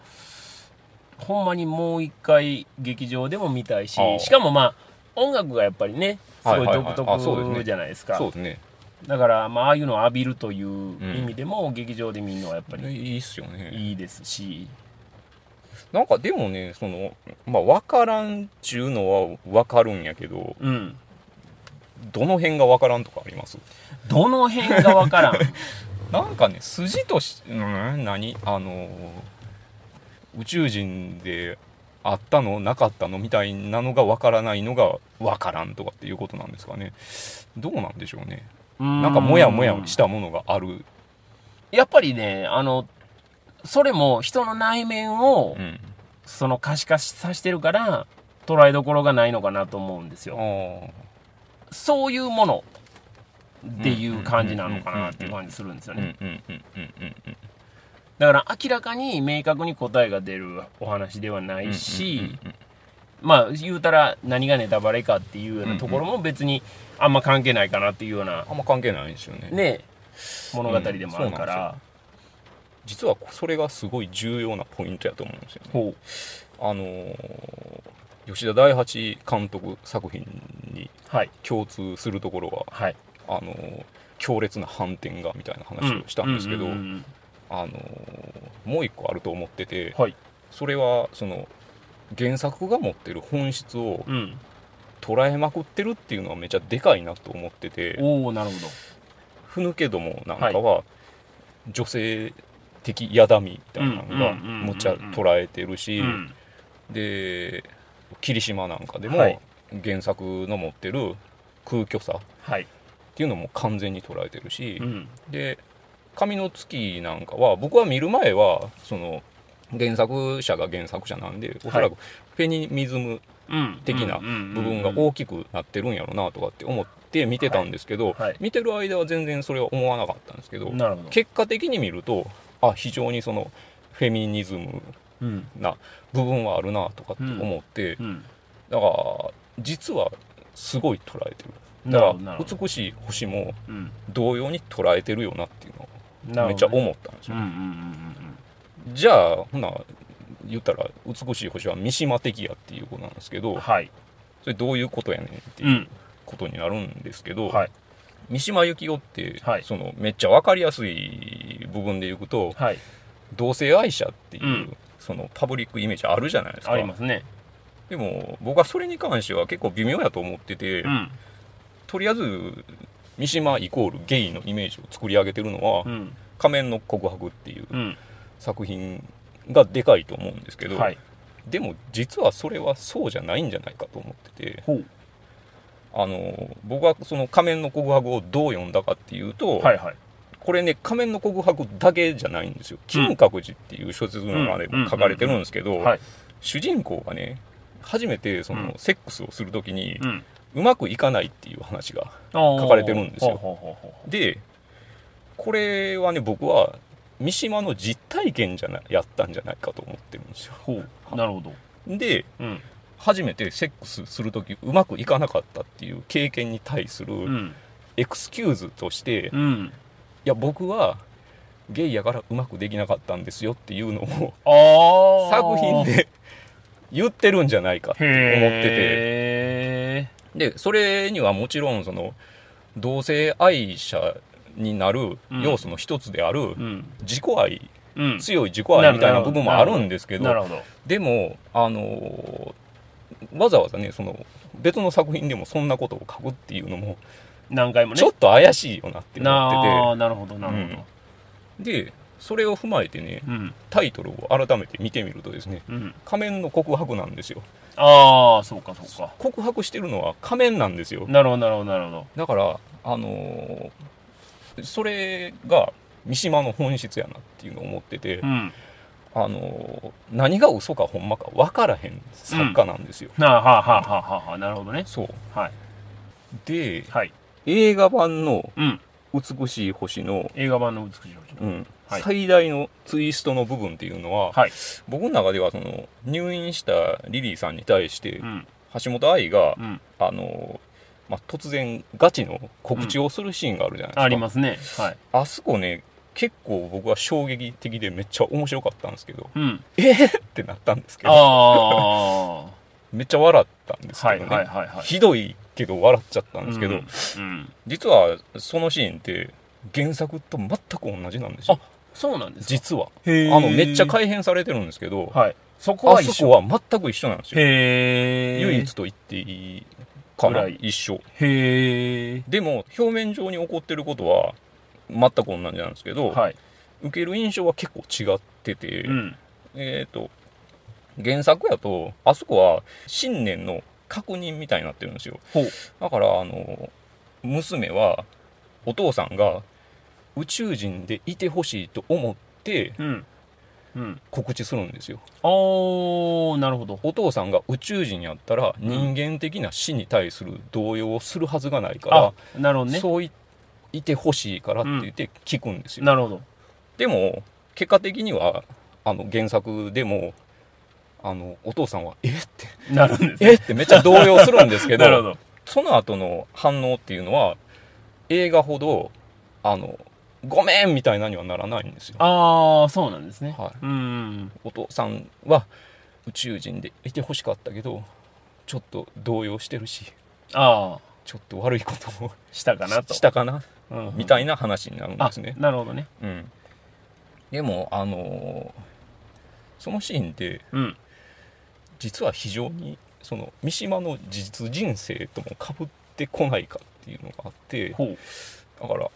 [SPEAKER 1] ほんまにもう一回劇場でも見たいし
[SPEAKER 2] あー
[SPEAKER 1] しかもまあ音楽がやっぱりねすご
[SPEAKER 2] はいいはいはい
[SPEAKER 1] 独
[SPEAKER 2] あそうです
[SPEAKER 1] 特
[SPEAKER 2] ね
[SPEAKER 1] じゃないですか
[SPEAKER 2] そうですね
[SPEAKER 1] だから、まあ、ああいうのを浴びるという意味でも、劇場で見るのはやっぱり
[SPEAKER 2] いいっすよね
[SPEAKER 1] いいですし、
[SPEAKER 2] なんかでもねそのまあ分からんっちゅうのは分かるんやけど
[SPEAKER 1] うん。
[SPEAKER 2] どの辺が分からんとかあります
[SPEAKER 1] どの辺がわからん。
[SPEAKER 2] なんかね筋としうん何あの宇宙人であったのなかったのみたいなのが分からないのが分からんとかっていうことなんですかねどう *laughs* なんでしょうねなんかモヤモヤしたものがある
[SPEAKER 1] やっぱりね、あの、それも人の内面を
[SPEAKER 2] うん
[SPEAKER 1] その可視化させてるから捉えどころがないのかなと思うんですよ
[SPEAKER 2] あ
[SPEAKER 1] そういうものっていう感じなのかなっていう感じするんですよ
[SPEAKER 2] あうんう
[SPEAKER 1] ね
[SPEAKER 2] んうんうんうんうん
[SPEAKER 1] だから明らかに明確に答えが出るお話ではないしまあ言うたら何がネタバレかっていうようなところも別にあんま関係ないかなっていうような
[SPEAKER 2] あんま関係ないんですよね
[SPEAKER 1] ね物語でもあるから、
[SPEAKER 2] 実はそれがすごい重要なポイントやと思うんですよね
[SPEAKER 1] ほ
[SPEAKER 2] あのー吉田大八監督作品に
[SPEAKER 1] うはい
[SPEAKER 2] 共通するところは
[SPEAKER 1] はい
[SPEAKER 2] あのー強烈な反転がみたいな話をしたんですけど、
[SPEAKER 1] うううん
[SPEAKER 2] あのーもう一個あると思ってて、
[SPEAKER 1] うんはい
[SPEAKER 2] それはその原作が持ってる本質を
[SPEAKER 1] うん
[SPEAKER 2] 捉えまくってるっていうのはめちゃでかいなと思ってて、
[SPEAKER 1] おおなるほど
[SPEAKER 2] ふぬけどもなんかは女性的やだみみたいなのが
[SPEAKER 1] うんうんうんうんうん
[SPEAKER 2] むっちゃ捉えてるし、
[SPEAKER 1] うん
[SPEAKER 2] で霧島なんかでも
[SPEAKER 1] はい
[SPEAKER 2] 原作の持ってる空虚さっ
[SPEAKER 1] はい
[SPEAKER 2] ていうのも完全に捉えてるし、
[SPEAKER 1] うん
[SPEAKER 2] で「神の月」なんかは僕は見る前はその原作者が原作者なんでおそらくフェニミズム
[SPEAKER 1] うん
[SPEAKER 2] 的な部
[SPEAKER 1] 部
[SPEAKER 2] 分が大きくなってるんやろなとかって思って見てたんですけど、
[SPEAKER 1] はいはい
[SPEAKER 2] 見てる間は全然それは思わなかったんですけど
[SPEAKER 1] なるほど
[SPEAKER 2] 結果的に見るとあ非常にそのフェミニズム
[SPEAKER 1] うん
[SPEAKER 2] な部分はあるなとかって思って、
[SPEAKER 1] うん
[SPEAKER 2] だから実はすごい捉えてる
[SPEAKER 1] なる
[SPEAKER 2] だか
[SPEAKER 1] ほどな
[SPEAKER 2] ら
[SPEAKER 1] るほど
[SPEAKER 2] 美しい星も
[SPEAKER 1] うん
[SPEAKER 2] 同様に捉えてるよなっていうの
[SPEAKER 1] な
[SPEAKER 2] は
[SPEAKER 1] る
[SPEAKER 2] めっ
[SPEAKER 1] ほ
[SPEAKER 2] ちゃ
[SPEAKER 1] どね
[SPEAKER 2] 思ったんです
[SPEAKER 1] う
[SPEAKER 2] よ、
[SPEAKER 1] んうんうん
[SPEAKER 2] じゃあほな言ったら美しい星は三島的やっていうことなんですけ
[SPEAKER 1] うんうん
[SPEAKER 2] ど
[SPEAKER 1] はい
[SPEAKER 2] それどういうことやねんって
[SPEAKER 1] う
[SPEAKER 2] いうんことになるんですけど、
[SPEAKER 1] はい
[SPEAKER 2] 三島由紀夫って、
[SPEAKER 1] はい
[SPEAKER 2] そのめっちゃ分かりやすい部分でいくと
[SPEAKER 1] はい
[SPEAKER 2] 同性愛者っていう、
[SPEAKER 1] うん
[SPEAKER 2] そのパブリックイメージあるじゃないですか
[SPEAKER 1] ありますね
[SPEAKER 2] でも僕はそれに関しては結構微妙やと思ってて、
[SPEAKER 1] うん
[SPEAKER 2] とりあえず三島イコールゲイのイメージを作り上げてるのは「
[SPEAKER 1] うん
[SPEAKER 2] 仮面の告白」っていう
[SPEAKER 1] うん
[SPEAKER 2] 作品がでかいと思うんですけど、
[SPEAKER 1] はい
[SPEAKER 2] でも実はそれはそうじゃないんじゃないかと思ってて
[SPEAKER 1] ほう
[SPEAKER 2] あの僕はその「仮面の告白」をどう読んだかっていうと、
[SPEAKER 1] はいはい
[SPEAKER 2] これね仮面の告白だけじゃないんですよ金閣寺っていう小説の中でも書かれてるんですけど、
[SPEAKER 1] はい
[SPEAKER 2] 主人公がね初めてそうの
[SPEAKER 1] ん
[SPEAKER 2] セックスをする時に
[SPEAKER 1] うん
[SPEAKER 2] うまくいかないっていう話が
[SPEAKER 1] 書
[SPEAKER 2] 書かれてるんです
[SPEAKER 1] ほ
[SPEAKER 2] よ
[SPEAKER 1] うほうほうほ
[SPEAKER 2] でこれはね僕は三島の実体験じゃなやったんじゃないかと思ってるんですよ
[SPEAKER 1] うほうなるほど
[SPEAKER 2] で
[SPEAKER 1] うん
[SPEAKER 2] 初めてセックスする時うまくいかなかったっていう経験に対す
[SPEAKER 1] う
[SPEAKER 2] る
[SPEAKER 1] ん
[SPEAKER 2] エクスキューズとして、い
[SPEAKER 1] うん
[SPEAKER 2] や僕はゲイやからうまくできなかったんですよっていうのを
[SPEAKER 1] ああ
[SPEAKER 2] 作品で言ってるんじゃないかって思って
[SPEAKER 1] へ
[SPEAKER 2] てでそれにはもちろんその同性愛者になる要素の一つである
[SPEAKER 1] えうん
[SPEAKER 2] 自己愛、
[SPEAKER 1] うん
[SPEAKER 2] 強い自己愛みたいな部分もあるんですけど
[SPEAKER 1] なるほど
[SPEAKER 2] でもあのーわざわざねその別の作品でもそんなことを書くっていうのも
[SPEAKER 1] 何回もね
[SPEAKER 2] ちょっと怪しいよなって
[SPEAKER 1] な
[SPEAKER 2] 思
[SPEAKER 1] あなるほどなるほど
[SPEAKER 2] っててでそれを踏まえてね
[SPEAKER 1] うん
[SPEAKER 2] タイトルを改めて見てみるとですね
[SPEAKER 1] うん
[SPEAKER 2] 仮面の告白なんですよ
[SPEAKER 1] ああそうかそうか
[SPEAKER 2] 告白してるのは仮面なんですよ
[SPEAKER 1] なるほどなるほどなるほど
[SPEAKER 2] だからあのーそれが三島の本質やなっていうのを思ってて、
[SPEAKER 1] うん
[SPEAKER 2] あのー何が嘘かほんまか分からへん作家なんですよ、
[SPEAKER 1] なあはあはあはあはあなるほどね
[SPEAKER 2] そう
[SPEAKER 1] はい
[SPEAKER 2] で
[SPEAKER 1] はい
[SPEAKER 2] 映画版の
[SPEAKER 1] うん
[SPEAKER 2] 「美しい星の
[SPEAKER 1] 映画版の美しい星」の
[SPEAKER 2] うん
[SPEAKER 1] はい
[SPEAKER 2] 最大のツイストの部分っていうのは、
[SPEAKER 1] はい
[SPEAKER 2] 僕の中ではその入院したリリーさんに対して
[SPEAKER 1] うん
[SPEAKER 2] 橋本愛が
[SPEAKER 1] う、ん
[SPEAKER 2] あのーまあ、突然ガチの告知をするシーンがあるじゃないですか、
[SPEAKER 1] ありますねはい
[SPEAKER 2] あそこね結構僕は衝撃的でめっちゃ面白かったんですけど
[SPEAKER 1] うん
[SPEAKER 2] えっ、ってなったんですけ
[SPEAKER 1] あ
[SPEAKER 2] ど
[SPEAKER 1] あは
[SPEAKER 2] めっちゃ笑った *laughs* んですけど
[SPEAKER 1] い
[SPEAKER 2] ね、
[SPEAKER 1] はいはいはい
[SPEAKER 2] ひどいけど笑っちゃったんですけど、
[SPEAKER 1] うん
[SPEAKER 2] 実はそのシーンって原作と全く同じなんですよ
[SPEAKER 1] あそうなんですか
[SPEAKER 2] 実は
[SPEAKER 1] へー
[SPEAKER 2] あのめっちゃ改変されてるんですけど、
[SPEAKER 1] はいそこは
[SPEAKER 2] あ
[SPEAKER 1] 一
[SPEAKER 2] そ
[SPEAKER 1] 緒
[SPEAKER 2] こは全く一緒なんですよ
[SPEAKER 1] へえ
[SPEAKER 2] 唯一と言っていいか
[SPEAKER 1] ぐら
[SPEAKER 2] ない一緒
[SPEAKER 1] へえ
[SPEAKER 2] でも表面上に起こってることは全く同じなんですけど、
[SPEAKER 1] はい
[SPEAKER 2] 受ける印象は結構違ってて、
[SPEAKER 1] うん
[SPEAKER 2] えっ、と、原作やと、あそこは信念の確認みたいになってるんですよ。
[SPEAKER 1] ほう
[SPEAKER 2] だから、あの、娘は、お父さんが宇宙人でいてほしいと思って、
[SPEAKER 1] うんうん。
[SPEAKER 2] 告知するんですよ
[SPEAKER 1] おー、なるほど。
[SPEAKER 2] お父さんが宇宙人やったら人間的な死に対する動揺をするはずがないから
[SPEAKER 1] あ、、なるほどね。
[SPEAKER 2] そういいてほしいからって言って聞くんですよ、
[SPEAKER 1] なるほど。
[SPEAKER 2] でも結果的にはあの原作でもあのお父さんは「えっ?」て
[SPEAKER 1] なるんで
[SPEAKER 2] 「
[SPEAKER 1] す。
[SPEAKER 2] えっ?」てめっちゃ動揺するんです *laughs* けど
[SPEAKER 1] *laughs* なるほど。
[SPEAKER 2] その後の反応っていうのは映画ほどあの「ごめん!」みたいなにはならないんですよ、
[SPEAKER 1] あー、そうなんですね。
[SPEAKER 2] はい、
[SPEAKER 1] うん。
[SPEAKER 2] お父さんは宇宙人でいてほしかったけどちょっと動揺してるし
[SPEAKER 1] あー、
[SPEAKER 2] ちょっと悪いことを
[SPEAKER 1] したかなと。
[SPEAKER 2] したかな
[SPEAKER 1] うん。
[SPEAKER 2] み
[SPEAKER 1] い
[SPEAKER 2] たいな話になるん
[SPEAKER 1] な。あ
[SPEAKER 2] ですね、
[SPEAKER 1] なるほどね。
[SPEAKER 2] うん、でもあのーそのシーンって
[SPEAKER 1] うん。
[SPEAKER 2] 実は非常にその三島の実人生ともかぶってこないかっていうのがあって
[SPEAKER 1] ほう。
[SPEAKER 2] だから、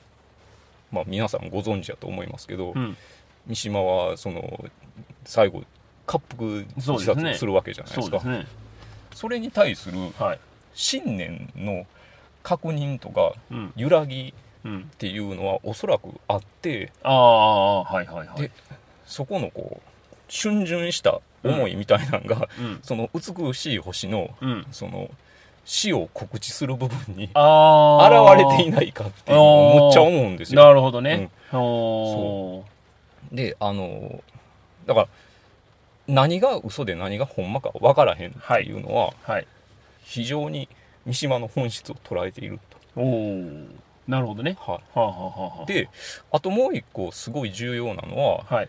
[SPEAKER 2] まあ、皆さんご存知だと思いますけど、
[SPEAKER 1] うん。
[SPEAKER 2] 三島はその最後滑腹自
[SPEAKER 1] そうですね
[SPEAKER 2] 殺するわけじゃない
[SPEAKER 1] そ
[SPEAKER 2] で
[SPEAKER 1] う
[SPEAKER 2] すか
[SPEAKER 1] で
[SPEAKER 2] そ
[SPEAKER 1] すね。
[SPEAKER 2] れに対する
[SPEAKER 1] はい。
[SPEAKER 2] 信念の確認とか
[SPEAKER 1] うん。
[SPEAKER 2] 揺らぎ
[SPEAKER 1] うん
[SPEAKER 2] っ。ていうのはおそらくあって、
[SPEAKER 1] ああ、はいはいはい
[SPEAKER 2] で。そこのこう逡巡した思いみたいなのが、
[SPEAKER 1] うん。
[SPEAKER 2] その美しい星の
[SPEAKER 1] うん。
[SPEAKER 2] その死を告知する部分に現
[SPEAKER 1] ああ。
[SPEAKER 2] れていないかっていうのをむっちゃ思うんですよ。
[SPEAKER 1] なるほどね。おー。
[SPEAKER 2] であのだから何が嘘で何がほんまか分からへんっていうのは
[SPEAKER 1] はい。
[SPEAKER 2] 非常に三島の本質を捉えている
[SPEAKER 1] おー。なるほどね。
[SPEAKER 2] と。は、
[SPEAKER 1] はあ、はあはあはいあ、
[SPEAKER 2] であともう一個すごい重要なのは
[SPEAKER 1] はい。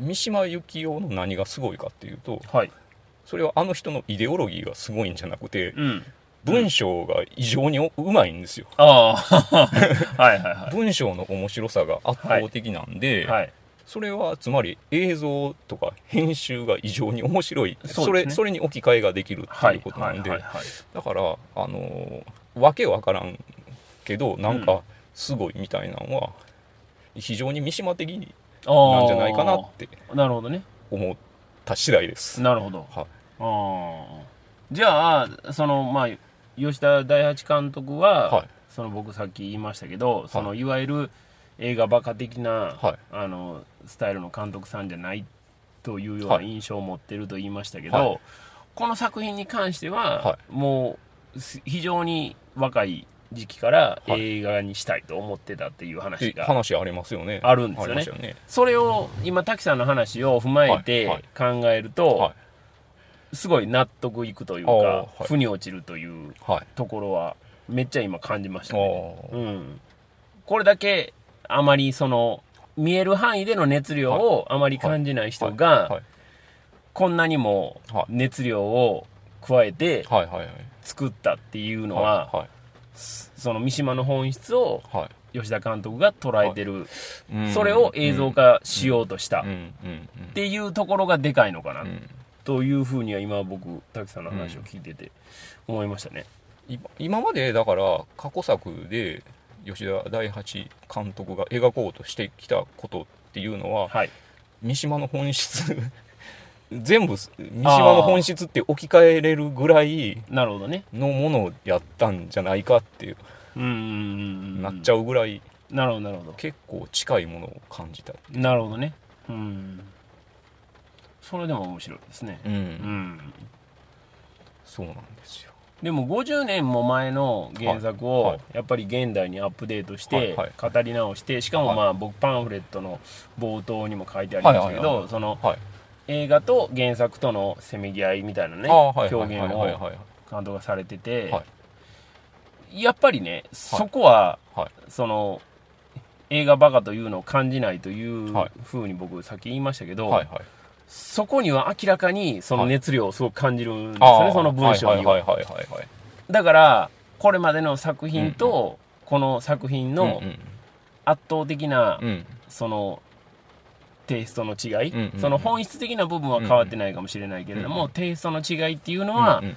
[SPEAKER 2] 三島由紀夫の何がすごいかっていうと
[SPEAKER 1] はい。
[SPEAKER 2] それはあの人のイデオロギーがすごいんじゃなくて、
[SPEAKER 1] うん。
[SPEAKER 2] 文章が異常にうまいんですよ
[SPEAKER 1] ああ。 *laughs* はいはいは
[SPEAKER 2] 文章の面白さが圧倒的なんで、
[SPEAKER 1] い。はい。
[SPEAKER 2] それはつまり映像とか編集が異常に面白い
[SPEAKER 1] そ
[SPEAKER 2] そ,、
[SPEAKER 1] うです
[SPEAKER 2] れ
[SPEAKER 1] ね
[SPEAKER 2] それに置き換えができるって
[SPEAKER 1] はいい。
[SPEAKER 2] うことなんで、
[SPEAKER 1] はいはいはい
[SPEAKER 2] だからあのーわけわからんけどなん
[SPEAKER 1] う
[SPEAKER 2] かすごいみたいなのは非常に三島的
[SPEAKER 1] あー
[SPEAKER 2] なんじゃないかなって
[SPEAKER 1] なるほどね。
[SPEAKER 2] 思った次第です。
[SPEAKER 1] なるほど。
[SPEAKER 2] はい
[SPEAKER 1] ああ。じゃあ、その、まあ、吉田大八監督は、
[SPEAKER 2] はい
[SPEAKER 1] その僕さっき言いましたけど、そのいわゆる映画バカ的な、
[SPEAKER 2] はい
[SPEAKER 1] あのスタイルの監督さんじゃないというような
[SPEAKER 2] はい
[SPEAKER 1] 印象を持ってると言いましたけど、
[SPEAKER 2] はい
[SPEAKER 1] この作品に関しては、
[SPEAKER 2] は
[SPEAKER 1] もうす非常に若い時期から
[SPEAKER 2] はい
[SPEAKER 1] 映画にしたいと思ってたっていう
[SPEAKER 2] って
[SPEAKER 1] 話が、
[SPEAKER 2] 話ありますよね。
[SPEAKER 1] あるんですよね
[SPEAKER 2] ありますよね。
[SPEAKER 1] それを今滝さんの話を踏まえて
[SPEAKER 2] はい
[SPEAKER 1] 考えると、
[SPEAKER 2] は
[SPEAKER 1] すごい納得いくというか、
[SPEAKER 2] あーはい
[SPEAKER 1] 腑に落ちるという
[SPEAKER 2] い。はい。
[SPEAKER 1] ところはめっちゃ今感じました
[SPEAKER 2] あ
[SPEAKER 1] ね。
[SPEAKER 2] ー
[SPEAKER 1] うん、これだけあまりその見える範囲での熱量をあまり感じない人
[SPEAKER 2] は
[SPEAKER 1] が
[SPEAKER 2] い
[SPEAKER 1] こんなにも
[SPEAKER 2] はい
[SPEAKER 1] 熱量を加えて
[SPEAKER 2] はいはいはい。
[SPEAKER 1] 作ったっていうの
[SPEAKER 2] は
[SPEAKER 1] はその三島の本質を
[SPEAKER 2] いはい。は
[SPEAKER 1] 吉田監督が捉えてる
[SPEAKER 2] いうん。
[SPEAKER 1] それを映像化しようとした
[SPEAKER 2] うん
[SPEAKER 1] っ
[SPEAKER 2] うん
[SPEAKER 1] ていうところがでかいのかな
[SPEAKER 2] うんうん
[SPEAKER 1] というふうには今僕滝さんの話を聞いてて思いましたね。
[SPEAKER 2] 今今までだから過去作で吉田大八監督が描こうとしてきたことっていうのは
[SPEAKER 1] はい、
[SPEAKER 2] 三島の本質 *laughs* 全部三島の本質って置き換えれるぐらい
[SPEAKER 1] なるほどね。
[SPEAKER 2] のものをやったんじゃないかっていう
[SPEAKER 1] うんうんうんうん
[SPEAKER 2] なっちゃうぐらい
[SPEAKER 1] なるほどなるほど。
[SPEAKER 2] 結構近いものを感じた、
[SPEAKER 1] なるほどねうんそれでも面白いですね
[SPEAKER 2] うん
[SPEAKER 1] うん
[SPEAKER 2] そうなんですよ
[SPEAKER 1] でも50年も前の原作
[SPEAKER 2] はいは
[SPEAKER 1] を
[SPEAKER 2] い
[SPEAKER 1] やっぱり現代にアップデートし
[SPEAKER 2] はい
[SPEAKER 1] て
[SPEAKER 2] はい
[SPEAKER 1] 語り直してしかもまあ僕パンフレットの冒頭にも書いてありましたけ
[SPEAKER 2] はいはいは
[SPEAKER 1] どその
[SPEAKER 2] はい
[SPEAKER 1] 映画と原作とのせめぎ合いみたいなね
[SPEAKER 2] ああはい
[SPEAKER 1] 表
[SPEAKER 2] はいはい
[SPEAKER 1] 現
[SPEAKER 2] はい
[SPEAKER 1] を
[SPEAKER 2] はい
[SPEAKER 1] 監督がされてて
[SPEAKER 2] は
[SPEAKER 1] やっぱりねそこは
[SPEAKER 2] はい
[SPEAKER 1] その映画バカというのを感じないという
[SPEAKER 2] はい
[SPEAKER 1] ふうに僕さっき言いましたけど、
[SPEAKER 2] はいはい
[SPEAKER 1] そこには明らかにその熱量をすごく感じるんです
[SPEAKER 2] あ
[SPEAKER 1] よ
[SPEAKER 2] あ
[SPEAKER 1] ね、その文章には。
[SPEAKER 2] はいはいはいはいはい
[SPEAKER 1] だから、これまでの作品と、この作品の
[SPEAKER 2] うん
[SPEAKER 1] 圧倒的な
[SPEAKER 2] う、んうん
[SPEAKER 1] その、テイストの違い、
[SPEAKER 2] うんうんうん
[SPEAKER 1] その本質的な部分は変わってないかもしれないけれども、
[SPEAKER 2] うんう
[SPEAKER 1] テイストの違いっていうのは
[SPEAKER 2] うん、うん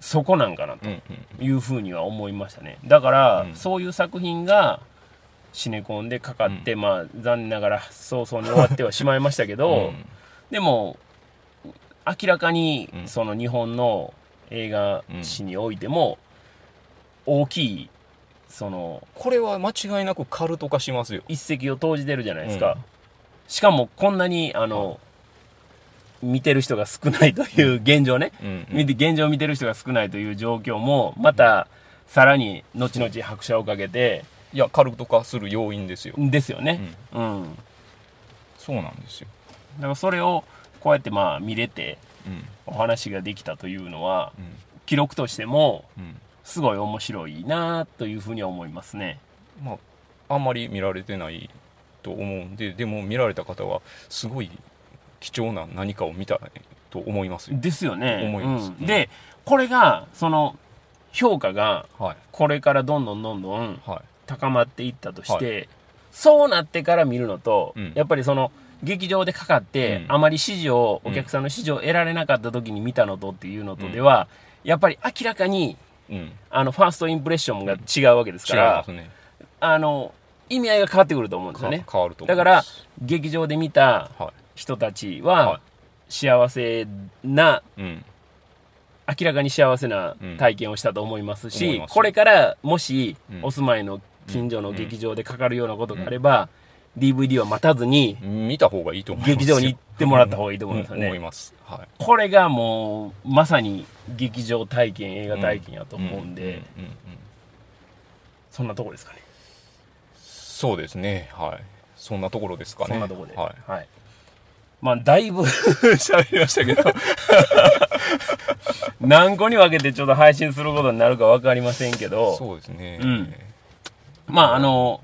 [SPEAKER 1] そこなんかなと
[SPEAKER 2] うんうん
[SPEAKER 1] いうふうには思いましたね。だから、
[SPEAKER 2] うん
[SPEAKER 1] そういう作品が、シネコンでかかって、まあ、残念ながら、早々に終わってはしまいましたけど、
[SPEAKER 2] うん
[SPEAKER 1] でも明らかに
[SPEAKER 2] うん
[SPEAKER 1] その日本の映画史においても大きいその
[SPEAKER 2] これは間違いなくカルト化しますよ
[SPEAKER 1] 一石を投じてるじゃないですか、しかもこんなにあの見てる人が少ないという現状ね、
[SPEAKER 2] うんうん
[SPEAKER 1] 見て現状を見てる人が少ないという状況もまたさらに後々拍車をかけて
[SPEAKER 2] いやカルト化する要因ですよ、
[SPEAKER 1] ですよね、
[SPEAKER 2] うん
[SPEAKER 1] うん
[SPEAKER 2] そうなんですよ、
[SPEAKER 1] だからそれをこうやってまあ見れて
[SPEAKER 2] うん
[SPEAKER 1] お話ができたというのは
[SPEAKER 2] うん
[SPEAKER 1] 記録としても
[SPEAKER 2] うん
[SPEAKER 1] すごい面白いなというふうには思いますね
[SPEAKER 2] まああんまり見られてないと思うんででも見られた方はすごい貴重な何かを見たと思いますよ、
[SPEAKER 1] ですよね
[SPEAKER 2] 思います
[SPEAKER 1] うん
[SPEAKER 2] うん
[SPEAKER 1] でこれがその評価が
[SPEAKER 2] はい
[SPEAKER 1] これからどんどんどんどん
[SPEAKER 2] は
[SPEAKER 1] 高まっていったとして、そうなってから見るのと、
[SPEAKER 2] うん
[SPEAKER 1] やっぱりその劇場でかかって、
[SPEAKER 2] うん
[SPEAKER 1] あまり支持をお客さんの支持を得られなかった時に見たのとっていうのとでは、やっぱり明らかに
[SPEAKER 2] い、うん、違い
[SPEAKER 1] あのファーストインプレッションが違うわけですから、
[SPEAKER 2] ますね
[SPEAKER 1] あの意味合いが変わってくると思うんですよね
[SPEAKER 2] か変わると思
[SPEAKER 1] だ
[SPEAKER 2] い
[SPEAKER 1] か
[SPEAKER 2] ま
[SPEAKER 1] ら
[SPEAKER 2] す
[SPEAKER 1] 劇場で見た
[SPEAKER 2] は
[SPEAKER 1] 人たちは
[SPEAKER 2] は
[SPEAKER 1] 幸せな
[SPEAKER 2] うんうん
[SPEAKER 1] 明らかに幸せな
[SPEAKER 2] うん
[SPEAKER 1] 体験をしたと思いますし、
[SPEAKER 2] 思います
[SPEAKER 1] これからもし
[SPEAKER 2] うん
[SPEAKER 1] お住まいの近所の劇場でかかるようなことがあれば、DVD は待たずに
[SPEAKER 2] 見た方がいいと思いますよ
[SPEAKER 1] 劇場に行ってもらった方がいいと思うんですよ
[SPEAKER 2] うん思い
[SPEAKER 1] ね。
[SPEAKER 2] ます、はい、
[SPEAKER 1] これがもうまさに劇場体験、映画体験やと思うんで、
[SPEAKER 2] うんうんうんうん
[SPEAKER 1] そんなとこですかね。
[SPEAKER 2] そうですねはいそんなところですかね
[SPEAKER 1] そんなとこで。
[SPEAKER 2] はい、
[SPEAKER 1] はい。まあ、だいぶ *laughs* 喋りましたけど、 *laughs* 何個に分けてちょっと配信することになるか分かりませんけど、
[SPEAKER 2] そうですね、
[SPEAKER 1] うんまあ、あの、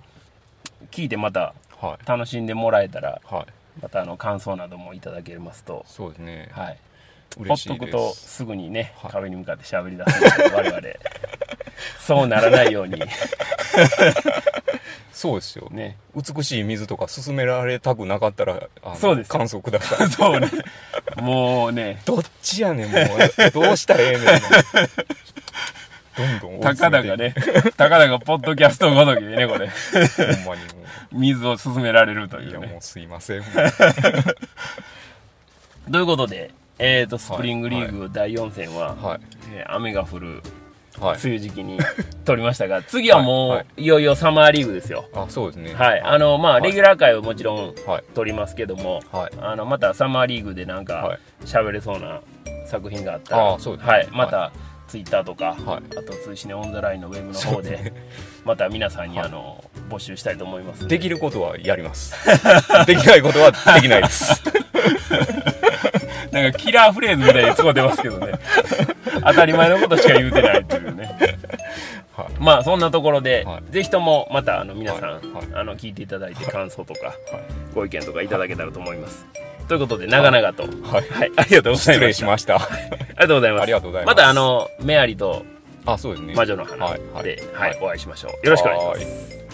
[SPEAKER 1] 聞いてまた
[SPEAKER 2] はい
[SPEAKER 1] 楽しんでもらえたら、
[SPEAKER 2] はい
[SPEAKER 1] またあの感想などもいただけますと、
[SPEAKER 2] そうですね、
[SPEAKER 1] はい。ほ
[SPEAKER 2] 嬉
[SPEAKER 1] っ
[SPEAKER 2] しい
[SPEAKER 1] と
[SPEAKER 2] で
[SPEAKER 1] く
[SPEAKER 2] す
[SPEAKER 1] とすぐにね、
[SPEAKER 2] はい
[SPEAKER 1] 壁に向かって喋り出すので我々。そうならないように、
[SPEAKER 2] そうですよ、
[SPEAKER 1] ね。 *laughs*
[SPEAKER 2] 美しい水とか勧められたくなかったらあの
[SPEAKER 1] そうです
[SPEAKER 2] 感想くだ
[SPEAKER 1] *laughs*
[SPEAKER 2] さい
[SPEAKER 1] そうね。もうね、
[SPEAKER 2] どっちやねんもうどうしたらええねんどんどん追い
[SPEAKER 1] たか
[SPEAKER 2] 詰め
[SPEAKER 1] だ
[SPEAKER 2] て
[SPEAKER 1] かね、たかだかポッドキャストごときでね、これ。
[SPEAKER 2] ほんまにも
[SPEAKER 1] 水を勧められると
[SPEAKER 2] う
[SPEAKER 1] い
[SPEAKER 2] いや
[SPEAKER 1] う
[SPEAKER 2] も
[SPEAKER 1] *laughs* ね。
[SPEAKER 2] うすいません
[SPEAKER 1] ということで、えー、とスプリングリーグ第4戦は、
[SPEAKER 2] は
[SPEAKER 1] えー雨が降る
[SPEAKER 2] いはい
[SPEAKER 1] 梅雨時期に取りま
[SPEAKER 2] *laughs*
[SPEAKER 1] したが次はもう、
[SPEAKER 2] はい
[SPEAKER 1] い
[SPEAKER 2] は
[SPEAKER 1] よいよサマーリーグですよ。
[SPEAKER 2] あそうですね
[SPEAKER 1] はい、あのまあ、
[SPEAKER 2] はい
[SPEAKER 1] レギュラー回はもちろん
[SPEAKER 2] はい
[SPEAKER 1] 取りますけども、
[SPEAKER 2] はい
[SPEAKER 1] あのまたサマーリーグでなん
[SPEAKER 2] は
[SPEAKER 1] か
[SPEAKER 2] い
[SPEAKER 1] 喋れそうな作品があったら、
[SPEAKER 2] あーそうですね
[SPEAKER 1] はい、ま
[SPEAKER 2] は
[SPEAKER 1] たツイッターとか、
[SPEAKER 2] はい
[SPEAKER 1] あと通信ねオンザラインのウェブの
[SPEAKER 2] そ
[SPEAKER 1] 方
[SPEAKER 2] う
[SPEAKER 1] で
[SPEAKER 2] ね
[SPEAKER 1] *laughs* また皆さんにあの募集したいと思いますの
[SPEAKER 2] できることはやります *laughs* できないことはできな
[SPEAKER 1] *laughs*
[SPEAKER 2] いです
[SPEAKER 1] なんかキラーフレーズみたいに使ってますけど
[SPEAKER 2] *laughs*
[SPEAKER 1] ね当たり前のことしか言うてないっていうね
[SPEAKER 2] はい
[SPEAKER 1] まあそんなところで、
[SPEAKER 2] はい
[SPEAKER 1] ぜひともまたあの皆さん、
[SPEAKER 2] はいはい
[SPEAKER 1] あの聞いていただいて感想とか、
[SPEAKER 2] はい
[SPEAKER 1] ご意見とかいただけたらと思います、ということで長々と、はい
[SPEAKER 2] はい
[SPEAKER 1] ありがとうござい
[SPEAKER 2] 失
[SPEAKER 1] ま
[SPEAKER 2] 礼
[SPEAKER 1] し
[SPEAKER 2] したました
[SPEAKER 1] ありがとうございます
[SPEAKER 2] ありがとうござい
[SPEAKER 1] ま
[SPEAKER 2] ます
[SPEAKER 1] たあのメアリと
[SPEAKER 2] あそうですね
[SPEAKER 1] 魔女の花で、
[SPEAKER 2] はい
[SPEAKER 1] は
[SPEAKER 2] はいい
[SPEAKER 1] お会いしましょうよろしくお願いします
[SPEAKER 2] はい